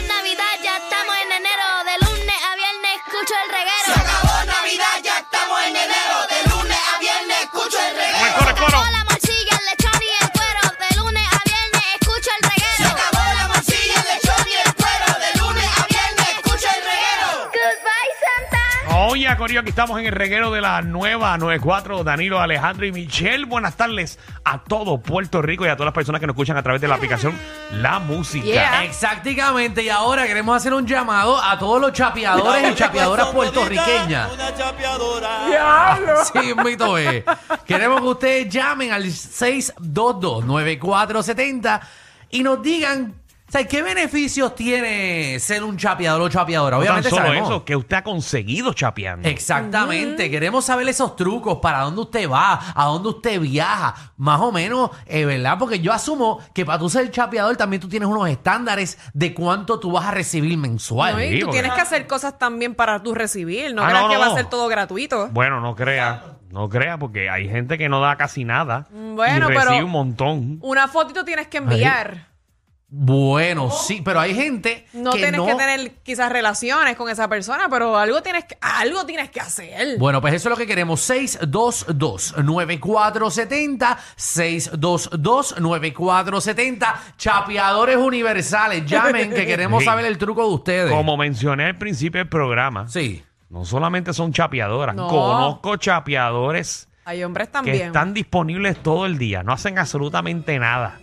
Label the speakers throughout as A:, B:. A: Navidad, ya estamos en enero. De lunes a viernes escucho el reguero.
B: Se acabó Navidad, ya estamos en enero. De lunes a viernes escucho el reguero.
C: Corre,
A: Se acabó
C: corre.
A: la morcilla, el lechón y el cuero. De lunes a viernes escucho el
B: Se
A: reguero.
B: acabó la morcilla, el lechón y el cuero. De lunes a viernes escucho el reguero.
A: Goodbye, Santa.
C: Oye, Corillo, aquí estamos en el reguero de la nueva 94, Danilo, Alejandro y Michelle. Buenas tardes a todo Puerto Rico y a todas las personas que nos escuchan a través de la aplicación La Música. Eh,
D: Exactamente, y ahora queremos hacer un llamado a todos los chapeadores y chapeadoras puertorriqueñas.
E: Una chapeadora.
D: Sí, mito es. eh. Queremos que ustedes llamen al 622-9470 y nos digan, ¿sabes qué beneficios tiene ser un chapeador o chapeadora?
C: No tan
D: Obviamente
C: solo
D: sabemos.
C: eso, que usted ha conseguido chapeando.
D: Exactamente, queremos saber esos trucos, para dónde usted va, a dónde usted viaja, más o menos, eh, ¿verdad? Porque yo asumo que para tú ser chapeador también tú tienes unos estándares de cuánto tú vas a recibir mensual.
F: No, y
C: Pues, Sí,
F: tú
C: porque-
F: tienes que hacer cosas también para tú recibir. No
C: Ah,
F: creas
C: no,
F: que
C: no,
F: va
C: no.
F: a ser todo gratuito.
C: Bueno, no crea, no crea, porque hay gente que no da casi nada
F: Mm, Bueno,
C: y recibe
F: pero-
C: un montón.
F: Una fotito tienes que enviar.
D: Bueno, sí, pero hay gente
F: No
D: que
F: tienes
D: no...
F: que tener quizás relaciones con esa persona, pero algo tienes que, algo tienes que hacer.
D: Bueno, pues eso es lo que queremos. 622-9470. 622-9470. Chapeadores universales. Llamen que queremos
C: Sí.
D: saber el truco de ustedes.
C: Como mencioné al principio del programa,
D: Sí.
C: no solamente son chapeadoras,
F: No.
C: conozco chapeadores
F: Hay hombres
C: que
F: también.
C: están disponibles todo el día, no hacen absolutamente nada.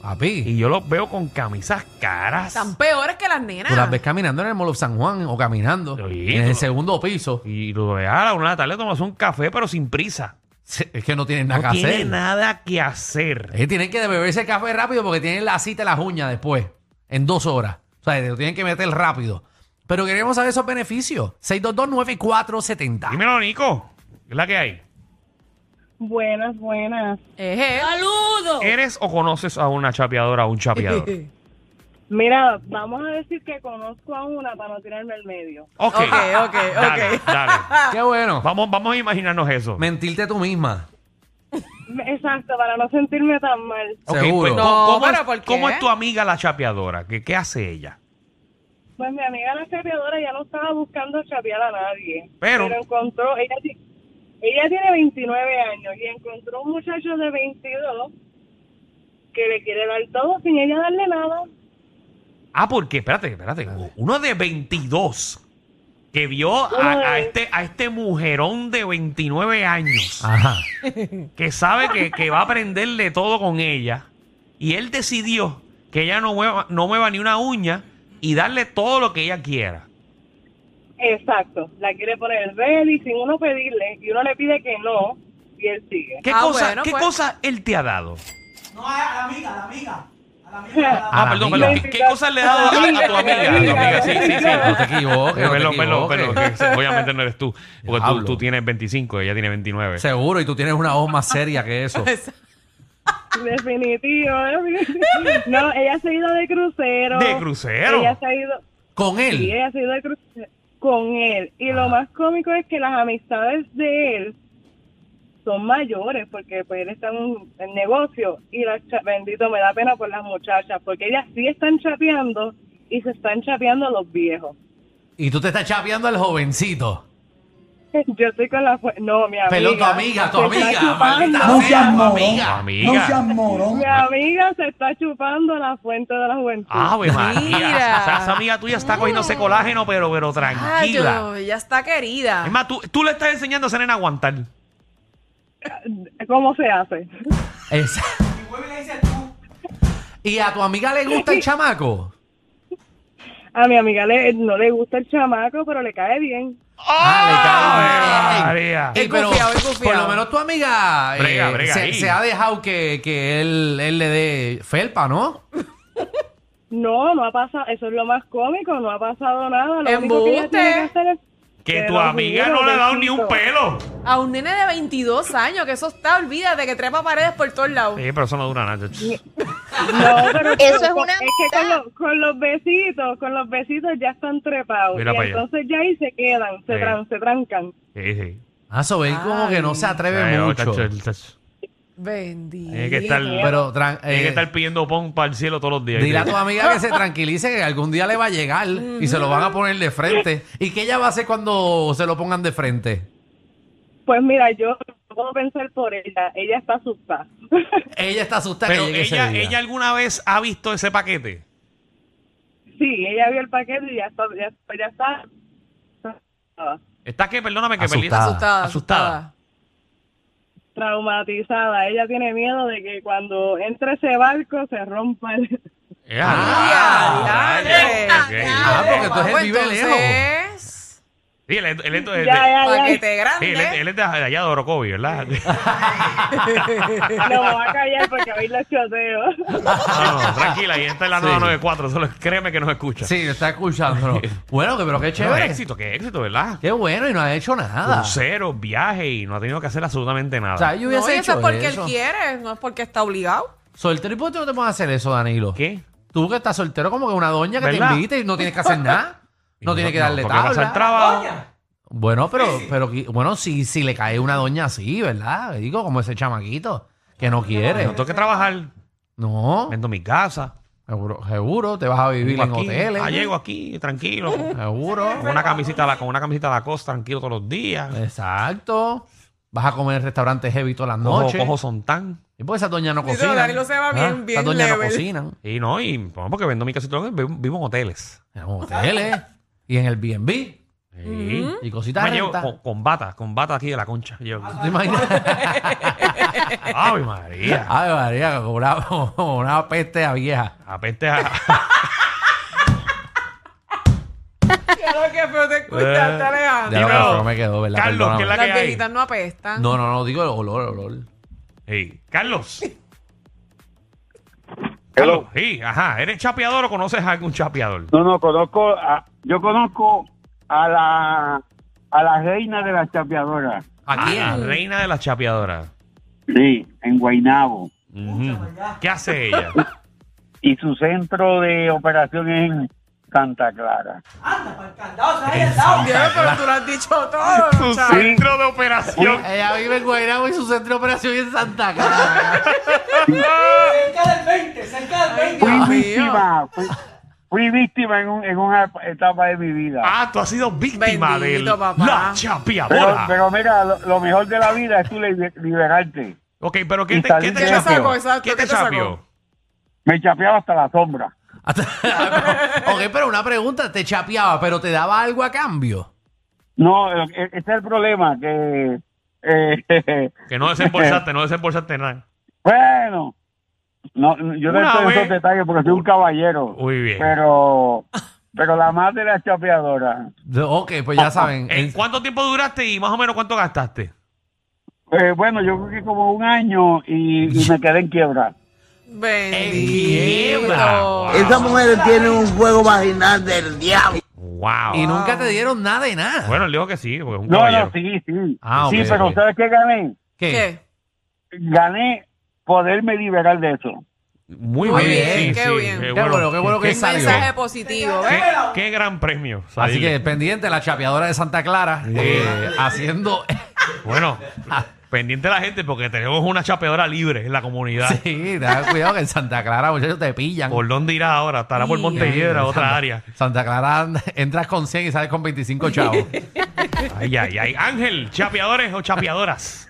D: Papi.
C: Y yo los veo con camisas caras.
F: Están peores que las nenas.
D: Tú las ves caminando en el Mall of San Juan o caminando
C: Sí,
D: en
C: tú-
D: el segundo piso.
C: Y lo de a la una de la tarde tomas un café, pero sin prisa.
D: Se- Es que no tienen nada
C: No
D: que
C: tiene
D: hacer.
C: nada que hacer.
D: Es que tienen que beber ese café rápido porque tienen la cita en las uñas después, en dos horas. O sea, te lo tienen que meter rápido. Pero queremos saber esos beneficios. 6229470.
C: Dímelo, Nico. ¿Qué es la que hay?
G: Buenas, buenas.
F: Ejé.
C: ¿Eres o conoces a una chapeadora o un chapeador?
G: Mira, vamos a decir que conozco a una para no tirarme al medio.
C: Ok,
F: Ok, ok,
C: Dale,
F: ok.
C: dale.
D: Qué bueno.
C: Vamos, vamos a imaginarnos eso.
D: Mentirte tú misma.
G: Me- Exacto, para no sentirme tan mal.
C: Ok,
D: Seguro.
C: pues,
F: No,
C: ¿cómo- ¿cómo,
F: pero
C: es-
F: ¿por qué?
C: cómo es tu amiga la chapeadora? ¿Qué, qué hace ella?
G: Pues mi amiga la chapeadora ya no estaba buscando chapear a nadie.
C: Pero-
G: encontró, ella, ti- ella tiene 29 años y encontró un muchacho de 22 que le quiere dar todo sin ella darle nada.
C: Ah, porque, espérate, espérate. Uno de 22 que vio a,
G: Uno de-
C: a este, a este mujerón de 29 años.
D: Ajá.
C: que sabe que, que va a aprenderle todo con ella. Y él decidió que ella no mueva, no mueva ni una uña y darle todo lo que ella quiera.
G: Exacto, la quiere poner ready sin uno pedirle y uno le pide que no y él sigue.
C: ¿Qué,
F: Ah,
C: cosa,
F: bueno,
C: ¿qué
F: pues.
C: cosa él te ha dado?
E: No, a la amiga, a la amiga. A la amiga.
C: Ah,
D: la
C: perdón,
D: amiga.
C: perdón. ¿Qué, qué cosas le ha dado a, a tu amiga? A tu amiga, sí, sí, sí.
D: No te equivoques. no te
C: Perdón, perdón,
D: equivoques.
C: perdón, que se- Obviamente no eres tú. Porque tú,
D: Diablo.
C: tú tienes 25, ella tiene 29.
D: Seguro, y tú tienes una voz más seria que eso.
G: Definitivo. No, ella se ha ido de crucero.
C: De crucero.
G: Ella se ha ido,
D: Con él.
G: sí, ella se ha ido de crucero con él. Y lo más cómico es que las amistades de él son mayores porque pues él está en un en negocio y la cha- bendito me da pena por las muchachas porque ellas sí están chapeando y se están chapeando los viejos.
D: Y tú te estás chapeando al jovencito.
G: Yo estoy con la fu- no, mi amiga.
D: Pelón, tu amiga, tu
G: se está
D: amiga.
G: chupando-
D: Maldita
E: No
D: sea,
E: seas
D: tu
E: morón.
D: amiga.
C: Amiga.
E: No seas morón.
G: Mi amiga se está chupando la fuente de la juventud.
C: Ah,
D: Ah,
C: Ave María.
F: Mira.
C: Esa, esa- esa amiga tuya está cogiéndose colágeno, pero, pero
F: Ay, yo-
C: tranquila.
F: ella está querida.
C: Es más, tú, tú le estás enseñando a esa nena a aguantar.
G: ¿Cómo se hace?
D: Esa-
E: Y vuelve y le dices tú.
D: ¿Y a tu amiga le gusta el chamaco?
G: A mi amiga le, no le gusta el chamaco, pero le cae bien.
D: Ah,
C: Ave
D: le cae
C: María.
D: bien.
F: Es confiado, es
D: por
F: confiado.
D: lo menos tu amiga eh,
C: Brega, brega
D: se,
C: ahí.
D: se ha dejado que, que él, él le dé felpa, ¿no?
G: No, no ha pasado, eso es lo más cómico, no ha pasado nada. Lo único que ella
F: Embuste.
G: tiene que hacer es...
C: Que
G: Te
C: tu
G: lo
C: amiga
G: juro,
C: no le ha dado ni un
G: besito.
C: pelo.
F: A un nene de 22 años, que eso está, olvídate, que trepa paredes por todos lados.
C: Sí, pero eso no dura nada.
G: No, pero
A: Eso es
G: con-
A: una
G: que con,
A: amistad.
G: lo- con los besitos, con los besitos ya están trepados.
C: Mira
G: y
C: pa' allá.
G: entonces ya ahí se quedan, se,
C: Sí.
G: tran- se trancan.
C: Sí, sí.
D: Ah, eso él como que no se atreve
C: Ay, no,
D: mucho.
C: tacho, el tacho.
F: Bendito.
C: Tiene que estar,
D: Pero tran-
C: tiene que
D: eh,
C: estar pidiendo pon para el cielo todos los días.
D: Dile a tu amiga que se tranquilice que algún día le va a llegar y se lo van a poner de frente. ¿Y qué ella va a hacer cuando se lo pongan de frente?
G: Pues mira, yo no puedo pensar por ella, ella está asustada.
D: Ella está asustada
C: Pero
D: que llegue
C: ella,
D: ese día.
C: ella alguna vez ha visto ese paquete.
G: sí, ella vio el paquete y ya está, ya, pues ya está.
C: Está que, perdóname que perdí.
D: Asustada.
F: asustada,
C: Asustada.
F: asustada.
G: traumatizada. Ella tiene miedo de que cuando entre ese barco se rompa el...
C: Eh,
F: Ah,
C: rayos.
F: diantre.
C: Ok.
D: Ah, porque entonces
F: Guau,
D: él vive
C: Pues
D: lejos.
F: entonces,
C: Sí, él, es- él es de-
G: Ya,
C: de-
G: ya, ya.
F: Paquete
C: sí, él es-
F: grande.
C: él es de allá de Orocovi, ¿verdad?
G: No, me voy a callar porque hoy lo choteo.
C: No, no, tranquila, y esta es la
D: Sí.
C: 994, solo créeme que nos escucha.
D: Sí, está escuchándolo. Bueno, que- pero qué
C: Bueno,
D: chévere.
C: éxito, qué éxito, ¿verdad?
D: Qué bueno y no ha hecho nada.
C: Crucero, viaje y no ha tenido que hacer absolutamente nada.
D: O sea, yo
F: No, y
D: hubiese
F: eso es
D: hecho
F: porque
D: eso.
F: él quiere, no es porque está obligado.
D: Soltero, ¿y por qué tú no te puedes hacer eso, Danilo?
C: ¿Qué?
D: Tú que estás soltero como que una doña que
C: ¿Verdad?
D: te invita y no tienes que hacer nada. No tienes que darle
C: porque vas al
D: tabla.
C: trabajo.
D: Bueno, pero, pero qui- bueno, si, si le cae una doña así, ¿verdad? Digo, como ese chamaquito que no quiere.
C: No tengo que trabajar.
D: No,
C: Vendo mi casa.
D: seguro, seguro, te vas a vivir en
C: aquí.
D: hoteles.
C: Ah, llego aquí, tranquilo. con-
D: Seguro.
C: Con una camisita, a la- con una camisita de la costa, tranquilo todos los días.
D: Exacto. Vas a comer en restaurantes heavy todas las
C: Cojo,
D: noches.
C: cojo sontán.
D: Y pues esas doñas no
F: Sí, pero
D: cocinan.
F: Danilo se va bien-
D: Esas
F: bien
D: doñas no
F: level.
D: cocinan.
C: Y no, y bueno, porque vendo mi casa y todo, vivo, vivo en hoteles.
D: En hoteles y en el BB.
C: Sí.
D: Y cositas
C: Me llevo
D: rentas. Ah,
C: con, con bata, con bata aquí de la concha. Llevo.
D: ¿Te imaginas?
C: Ay, María.
D: Ay, María, como una, como una peste a vieja.
C: Apeste a.
F: Claro que feo te escuchaste,
D: Eh, Ya
F: Alejandro.
D: lo que
C: Dímelo.
D: feo me quedó, ¿verdad?
C: Carlos,
D: Perdóname.
C: que es la que
F: Las
C: hay.
F: viejitas no apestan.
D: No, no, no, digo el olor, el olor.
C: Ey, Carlos. Carlos,
H: Hello.
C: sí, ajá. ¿Eres chapeador o conoces a algún chapeador?
H: No, no, conozco, a- yo conozco a la, a la reina de las chapeadoras.
C: ¿A La reina de las chapeadoras.
H: Sí, en Guainabo.
C: Ujú. ¿Qué hace ella?
H: Y su centro de operación es en Santa Clara.
E: Anda, para el candado, ahí al lado.
F: Diablo, pero tú lo has dicho todo, chaval.
C: de operación.
D: Eh, Ella vive en Guaynabo y su centro de operación es en Santa Clara.
E: Cerca del 20, cerca del 20.
H: Fui
F: Dios mío.
H: víctima, fui, fui víctima en, un- en una etapa de mi vida.
C: Ah, tú has sido víctima de
F: Bendito, papá.
C: la
H: pero,
C: chapeadora.
H: pero mira, lo, lo mejor de la vida es tú li- liberarte.
C: ok, pero ¿qué
H: y
C: te,
H: salí
C: ¿qué te
H: de
C: chapeó?
H: eso.
F: Sacó, exacto,
C: ¿Qué te
F: ¿qué te sacó?
C: chapeó?
H: Me chapeaba hasta la sombra.
D: ok, pero una pregunta, te chapeaba, pero te daba algo a cambio.
H: No, eh, ese es el problema, que... eh,
C: Que no desembolsaste, no desembolsaste nada.
H: Bueno, no, no, yo no
C: Una
H: estoy en
C: vez.
H: esos detalles porque soy un caballero.
C: Muy bien.
H: Pero, pero la madre era chapeadora.
D: Ok, pues ya saben.
C: ¿En
D: en-
C: Eh, cuánto tiempo duraste y más o menos cuánto gastaste?
H: Eh, bueno, yo creo que como un año y, y me quedé en quiebra.
C: Eh,
D: quiebra.
F: Bendito.
I: Esa mujer tiene un juego vaginal del diablo.
C: Wow.
D: y nunca te dieron nada de nada.
C: Bueno, él dijo que sí, porque es un
H: No,
C: caballero.
H: no, sí, sí.
D: Ah, ok,
H: sí, pero
D: ok.
H: ¿sabes qué gané?
D: ¿Qué?
F: ¿Qué?
H: Gané poderme liberar de eso.
C: Muy,
F: Muy
C: bien,
F: bien,
C: sí,
F: qué
C: sí,
F: bien.
D: Qué bueno, qué bueno que
F: Un
D: salió.
F: mensaje positivo, ¿eh?
C: Qué,
F: ¿ves?
C: qué gran premio.
D: Así
C: Sadile.
D: que pendiente, la chapeadora de Santa Clara, eh, haciendo...
C: Bueno, pendiente la gente porque tenemos una chapeadora libre en la comunidad.
D: sí, da cuidado que en Santa Clara, muchachos, te pillan.
C: ¿Por dónde irá ahora? Estará por
F: Sí.
C: Montehiedra, otra área.
D: Santa Clara anda- entras con 100 y sales con 25 chavos.
C: Ay, ay, ay. Ángel, chapeadores o chapeadoras.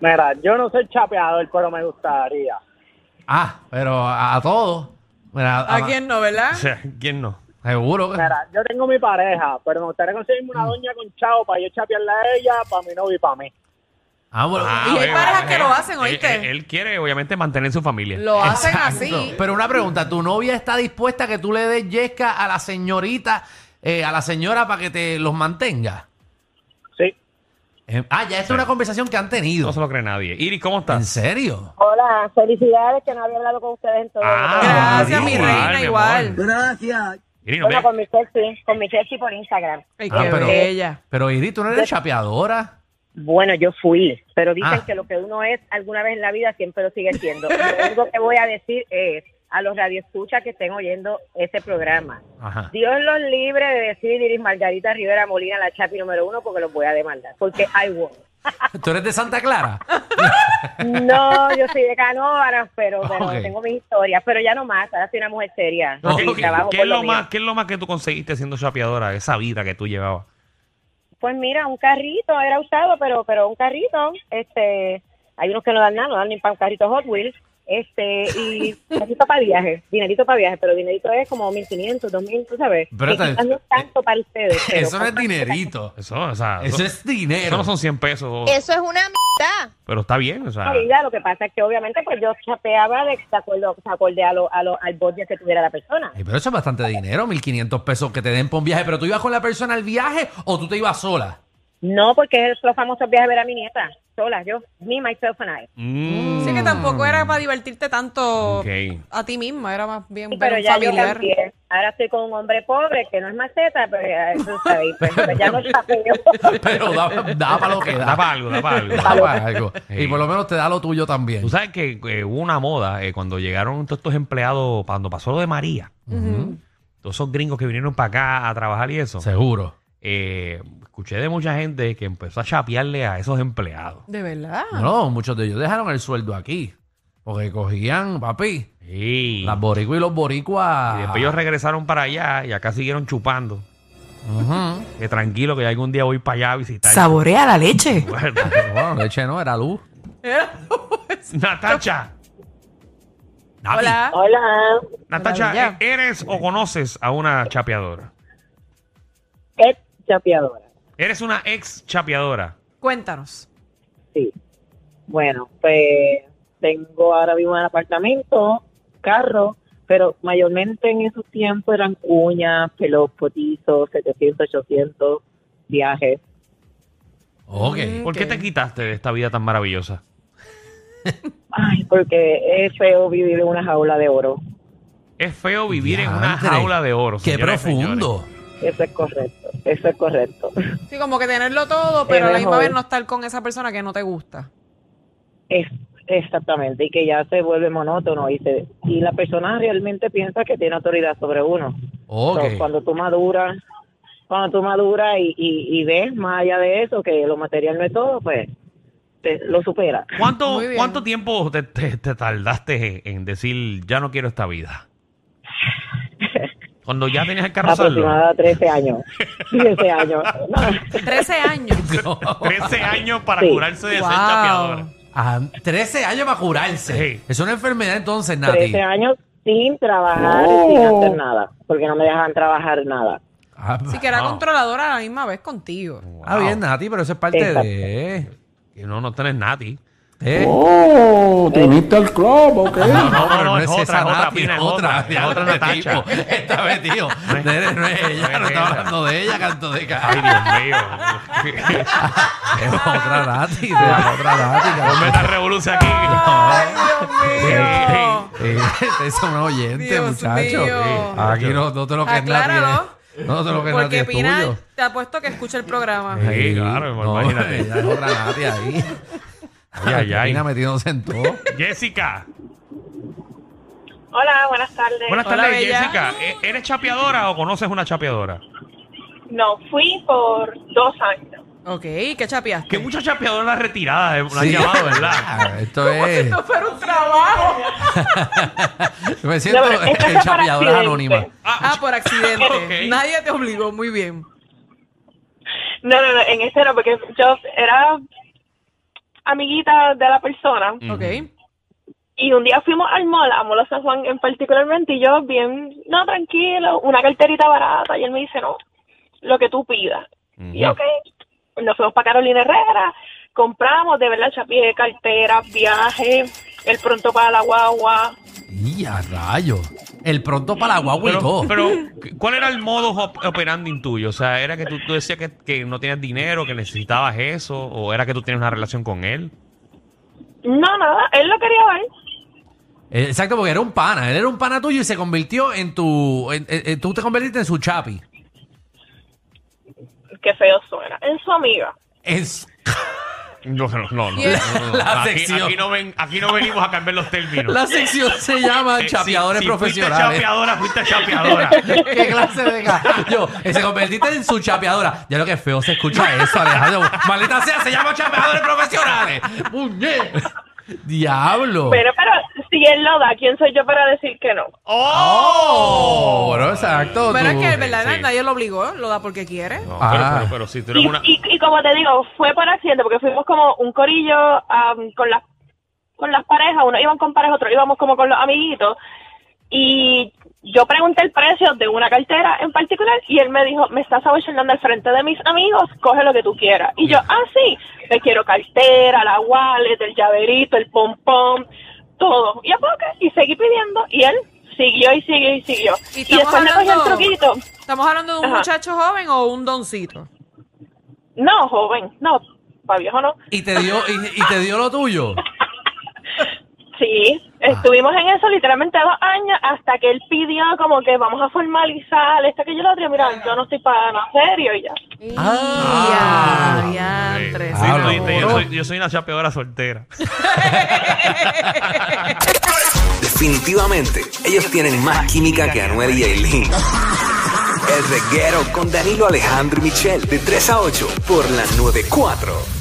I: Mira, yo no soy chapeador, pero me gustaría.
D: ah, pero a, a todos. Mira,
C: Ah,
D: a-
F: ¿A quién no, verdad?
C: O sea, ¿quién no?
D: Seguro. que-
I: Mira, yo tengo mi pareja, pero me gustaría conseguirme
C: Mm.
I: una doña con chavo para yo chapearla a ella, para mi novio y para mí.
D: Ah, bueno.
C: Ah,
F: y hay
C: ve,
F: parejas
C: va,
F: que
C: él-
F: lo hacen,
C: él-
F: ¿oíste?
C: Él, eh, él quiere, obviamente, mantener su familia.
F: Lo hacen
D: Exacto.
F: así.
D: Pero una pregunta, ¿tu novia está dispuesta a que tú le des yesca a la señorita, eh, a la señora para que te los mantenga?
I: Sí.
D: Em, Ah, ya esta es una conversación que han tenido.
C: No se lo cree nadie. Iris, ¿cómo
D: ¿En
C: estás?
D: serio?
A: Hola, felicidades que no había hablado con ustedes en todo
C: Ah,
A: el año.
F: Oh, Gracias, mi
C: igual,
F: reina,
C: mi
F: igual.
C: amor.
A: Gracias.
C: Iris, no
A: Bueno,
C: me-
A: con Michelle sí, con Michelle sí por Instagram.
F: Ay,
D: Ah,
F: qué
D: pero-
F: bella.
D: Pero Iris, tú no eres chapeadora.
A: Bueno, yo fui, pero dicen
D: Ah.
A: que lo que uno es alguna vez en la vida siempre lo sigue siendo. Lo único que voy a decir es a los radioescuchas que estén oyendo este programa.
C: Ajá.
A: Dios los libre de decir Iris Margarita Rivera Molina, la chapi número uno, porque los voy a demandar, porque I won.
D: Tú eres de Santa Clara.
A: No, yo soy de Canóvanas, pero, pero
D: Ok.
A: tengo mis historias, pero ya no más, ahora soy una mujer seria.
C: No,
A: y
C: ¿qué-
A: trabajo
C: ¿Qué
A: por
C: es
A: lo
C: lo
A: mío.
C: más- qué es lo más que tú conseguiste siendo chapeadora? Esa vida que tú llevabas.
A: Pues mira, un carrito, era usado, pero pero un carrito, este, hay unos que no dan nada, no dan ni para un carrito Hot Wheels, este, y carrito para viajes, dinerito para viajes, pero dinerito es como 1500, 2000, tú sabes.
D: Pero
A: Que
D: tal-
A: quizás no es tanto para ustedes. pero
D: Eso no es dinerito.
C: Eso, o sea,
D: Eso es
C: eso
D: dinero.
C: no son 100 pesos,
J: Eso es una mierda.
C: pero está bien. O sea,
A: para la vida, lo que pasa es que obviamente pues yo chapeaba de, de acuerdo de acorde a lo, a lo, al budget que tuviera la persona.
D: Ay, pero eso es bastante dinero, 1.500 pesos que te den por un viaje. ¿Pero tú ibas con la persona al viaje o tú te ibas sola?
A: No, porque es los famosos viajes a ver a mi nieta, sola, yo, me, myself and I.
C: mm,
F: Sí que tampoco era para divertirte tanto
C: Ok.
F: a ti misma, era más bien
A: Sí,
F: ver
A: pero
F: un
A: ya yo
F: familiar.
A: cambié. Ahora estoy con un hombre pobre que no es maceta, pero ya, tú sabes, pues, pues ya no es papeleo.
D: Pero da, para lo que da.
C: Da para algo, da para algo.
D: Da pa' algo.
C: Sí.
D: Y por lo menos te da lo tuyo también.
C: Tú sabes que eh, hubo una moda eh, cuando llegaron todos estos empleados, cuando pasó lo de María, todos esos gringos que vinieron para acá a trabajar y eso.
D: Seguro.
C: eh, escuché de mucha gente que empezó a chapearle a esos empleados.
F: De verdad.
D: No, muchos de ellos dejaron el sueldo aquí. Porque cogían, papi,
C: Sí.
D: las boricuas y los boricuas.
C: Y después ellos regresaron para allá y acá siguieron chupando.
D: Ujú.
C: Que tranquilo, que algún día voy para allá a visitar.
F: Saborea la leche.
C: Bueno,
D: Bueno, leche no, era luz.
C: Natacha. Nati,
F: Hola.
A: Hola.
C: Natacha, ¿e-
F: Maravilla.
C: ¿eres o conoces a una chapeadora?
A: Es chapeadora.
C: Eres una ex chapeadora.
F: Cuéntanos.
A: Sí. Bueno, pues tengo ahora mismo el apartamento, carro, pero mayormente en esos tiempos eran cuñas, pelos potizos, 700, 800 viajes.
D: Ok.
C: ¿Por qué
F: Ok.
C: te quitaste de esta vida tan maravillosa?
A: Ay, porque es feo vivir en una jaula de oro.
C: Es feo vivir en una
D: Diantre.
C: jaula de oro.
D: Qué
C: señoras y señores.
D: profundo.
A: Eso es correcto, eso es correcto.
F: Sí, como que tenerlo todo, pero a la
A: Eres
F: misma
A: joven.
F: vez no estar con esa persona que no te gusta.
A: Es, exactamente, y que ya se vuelve monótono y, se, y la persona realmente piensa que tiene autoridad sobre uno.
D: Ok.
A: So, cuando tú maduras, cuando tú maduras y, y, y ves más allá de eso, que lo material no es todo, pues te- lo supera.
C: ¿Cuánto,
F: Muy bien.
C: ¿Cuánto tiempo te, te- te tardaste en decir ya no quiero esta vida? Cuando ya tenías el carro saldo.
A: Aproximada 13 años. 13 años. No,
F: 13 años.
D: No.
C: 13 años para
A: Sí.
C: curarse de
F: Wow.
C: ser chapeadora.
D: Ah, 13 años para curarse.
C: Sí.
D: Es una enfermedad entonces, Nati.
A: 13 años sin trabajar y sin hacer nada, porque no me dejaban trabajar nada.
D: Ah,
F: Así que era
C: Wow.
F: controladora a la misma vez contigo.
D: ah, bien, Nati, pero eso es parte
A: Exacto.
D: de...
C: Que no, no tenés nati.
D: Eh,
H: Oh, te uniste al club, ok.
D: No, no,
C: no,
D: pero no
C: es
D: es
C: otra,
D: esa
C: es otra,
D: Nati,
C: Pina,
D: es
C: es
D: otra,
C: otra,
D: es
C: es
D: otra
C: otra
D: Nati,
C: Natacha.
D: tipo. Está metido.
C: No es-
D: No es, no es ella,
C: no
D: no
C: es
D: está
C: esa.
D: hablando de ella, canto de
C: Ay,
D: cara.
C: Dios mío.
D: Es otra Nati, es otra Nati.
C: No
D: cabrón.
C: meta revolución aquí.
F: Ay, Dios mío.
D: Eh, Este es un oyente,
F: Dios
D: muchacho.
F: mío.
D: Aquí no, no te lo que es Nati.
F: Acláralo.
D: es- No te lo que es Nati
F: Porque
D: es
F: Pina
D: tuyo.
F: te apuesto que escucha el programa.
C: Sí, claro, imagínate.
D: ella es otra Nati ahí.
C: Ay, ay, ay.
D: Pina metiéndose en todo.
C: Jessica.
A: Hola, buenas tardes.
C: Buenas
F: Hola,
C: tardes,
F: bella.
C: Jessica. ¿E- ¿Eres chapeadora o conoces una chapeadora?
A: No, fui por dos años.
F: Ok, ¿qué chapiaste?
C: Que muchas chapeadoras retiradas eh, la han
D: Sí.
C: llamado, ¿verdad?
D: Esto es.
F: Esto fuera un trabajo.
D: Me siento
A: No, pero esto
D: el
A: fue por
D: chapeador
A: accidente.
D: anónima.
F: Ah, por accidente.
C: Ok.
F: Nadie te obligó, muy bien.
A: No, no, no, en este no, porque yo era amiguita de la persona
F: Ok.
A: y un día fuimos al mall, a Molo San Juan en particularmente, y yo bien, no, tranquilo, una carterita barata, y él me dice, no, lo que tú pidas.
D: Mm.
A: Y yo, ok, nos fuimos para Carolina Herrera, compramos, de verdad, chapié, cartera, viaje, el pronto para la guagua,
D: Y a rayos. el pronto para la guagua y
C: Pero,
D: todo.
C: pero, ¿cuál era el modo op- operandi tuyo? O sea, ¿era que tú, tú decías que, que no tenías dinero, que necesitabas eso? ¿O era que tú tenías una relación con él?
K: No, nada, él lo quería ver.
D: Eh, Exacto, porque era un pana. Él era un pana tuyo y se convirtió en tu. en- en- en- tú te convertiste en su chapi.
K: Qué feo suena. En su amiga.
D: En su-
C: No, no,
D: La-
C: no. no, no, no.
D: la
C: aquí,
D: sección.
C: aquí no ven- aquí no venimos a cambiar los términos.
D: La sección se llama
C: Eh,
D: chapeadores
C: si- si
D: profesionales.
C: Fuiste chapeadora, fuiste chapeadora.
D: ¿Qué clase de ca- Yo, eh, se convertiste en su chapeadora. Ya lo que feo se escucha eso, Alejandro. Maleta sea, se llama chapeadores profesionales. ¡Muñe! ¡Diablo!
K: Pero, pero, si él lo da, ¿quién soy yo para decir que no?
D: ¡Oh! Bueno, exacto.
F: Pero es
D: tú.
F: que el verdadero
C: Sí.
F: nadie lo obligó, lo da porque quiere.
C: No,
D: Ah.
C: pero, pero, pero si tú eres
K: Y,
C: una...
K: y- y como te digo, fue por accidente, porque fuimos como un corillo am, con las con las parejas, unos iban con parejas, otros íbamos como con los amiguitos, y yo pregunté el precio de una cartera en particular, y él me dijo, me estás abochornando al frente de mis amigos, coge lo que tú quieras. Y yo, ah, sí, me quiero cartera, la wallet, el llaverito, el pompón, todo. Y a poco, y seguí pidiendo, y él siguió y siguió y siguió.
F: Y
K: Y,
F: estamos
K: después me cogió el
F: hablando-
K: truquito.
F: ¿Estamos hablando de un
K: Ajá.
F: muchacho joven o un doncito?
K: No, joven, no, para viejo no.
D: Y te dio, y, y te dio lo tuyo.
K: Sí, estuvimos en eso literalmente dos años hasta que él pidió como que vamos a formalizar esto que yo lo otro. Mira, yo no estoy para nada serio y ya.
D: Ah.
F: Ya, diantre,
C: Sí,
F: se
C: tú dijiste, yo,
F: enamoró.
C: soy, yo soy una chapeadora soltera.
L: Definitivamente, ellos tienen más química que Anuel y Aileen. El reguero con Danilo Alejandro y Michel de 3 a 8 por la 94.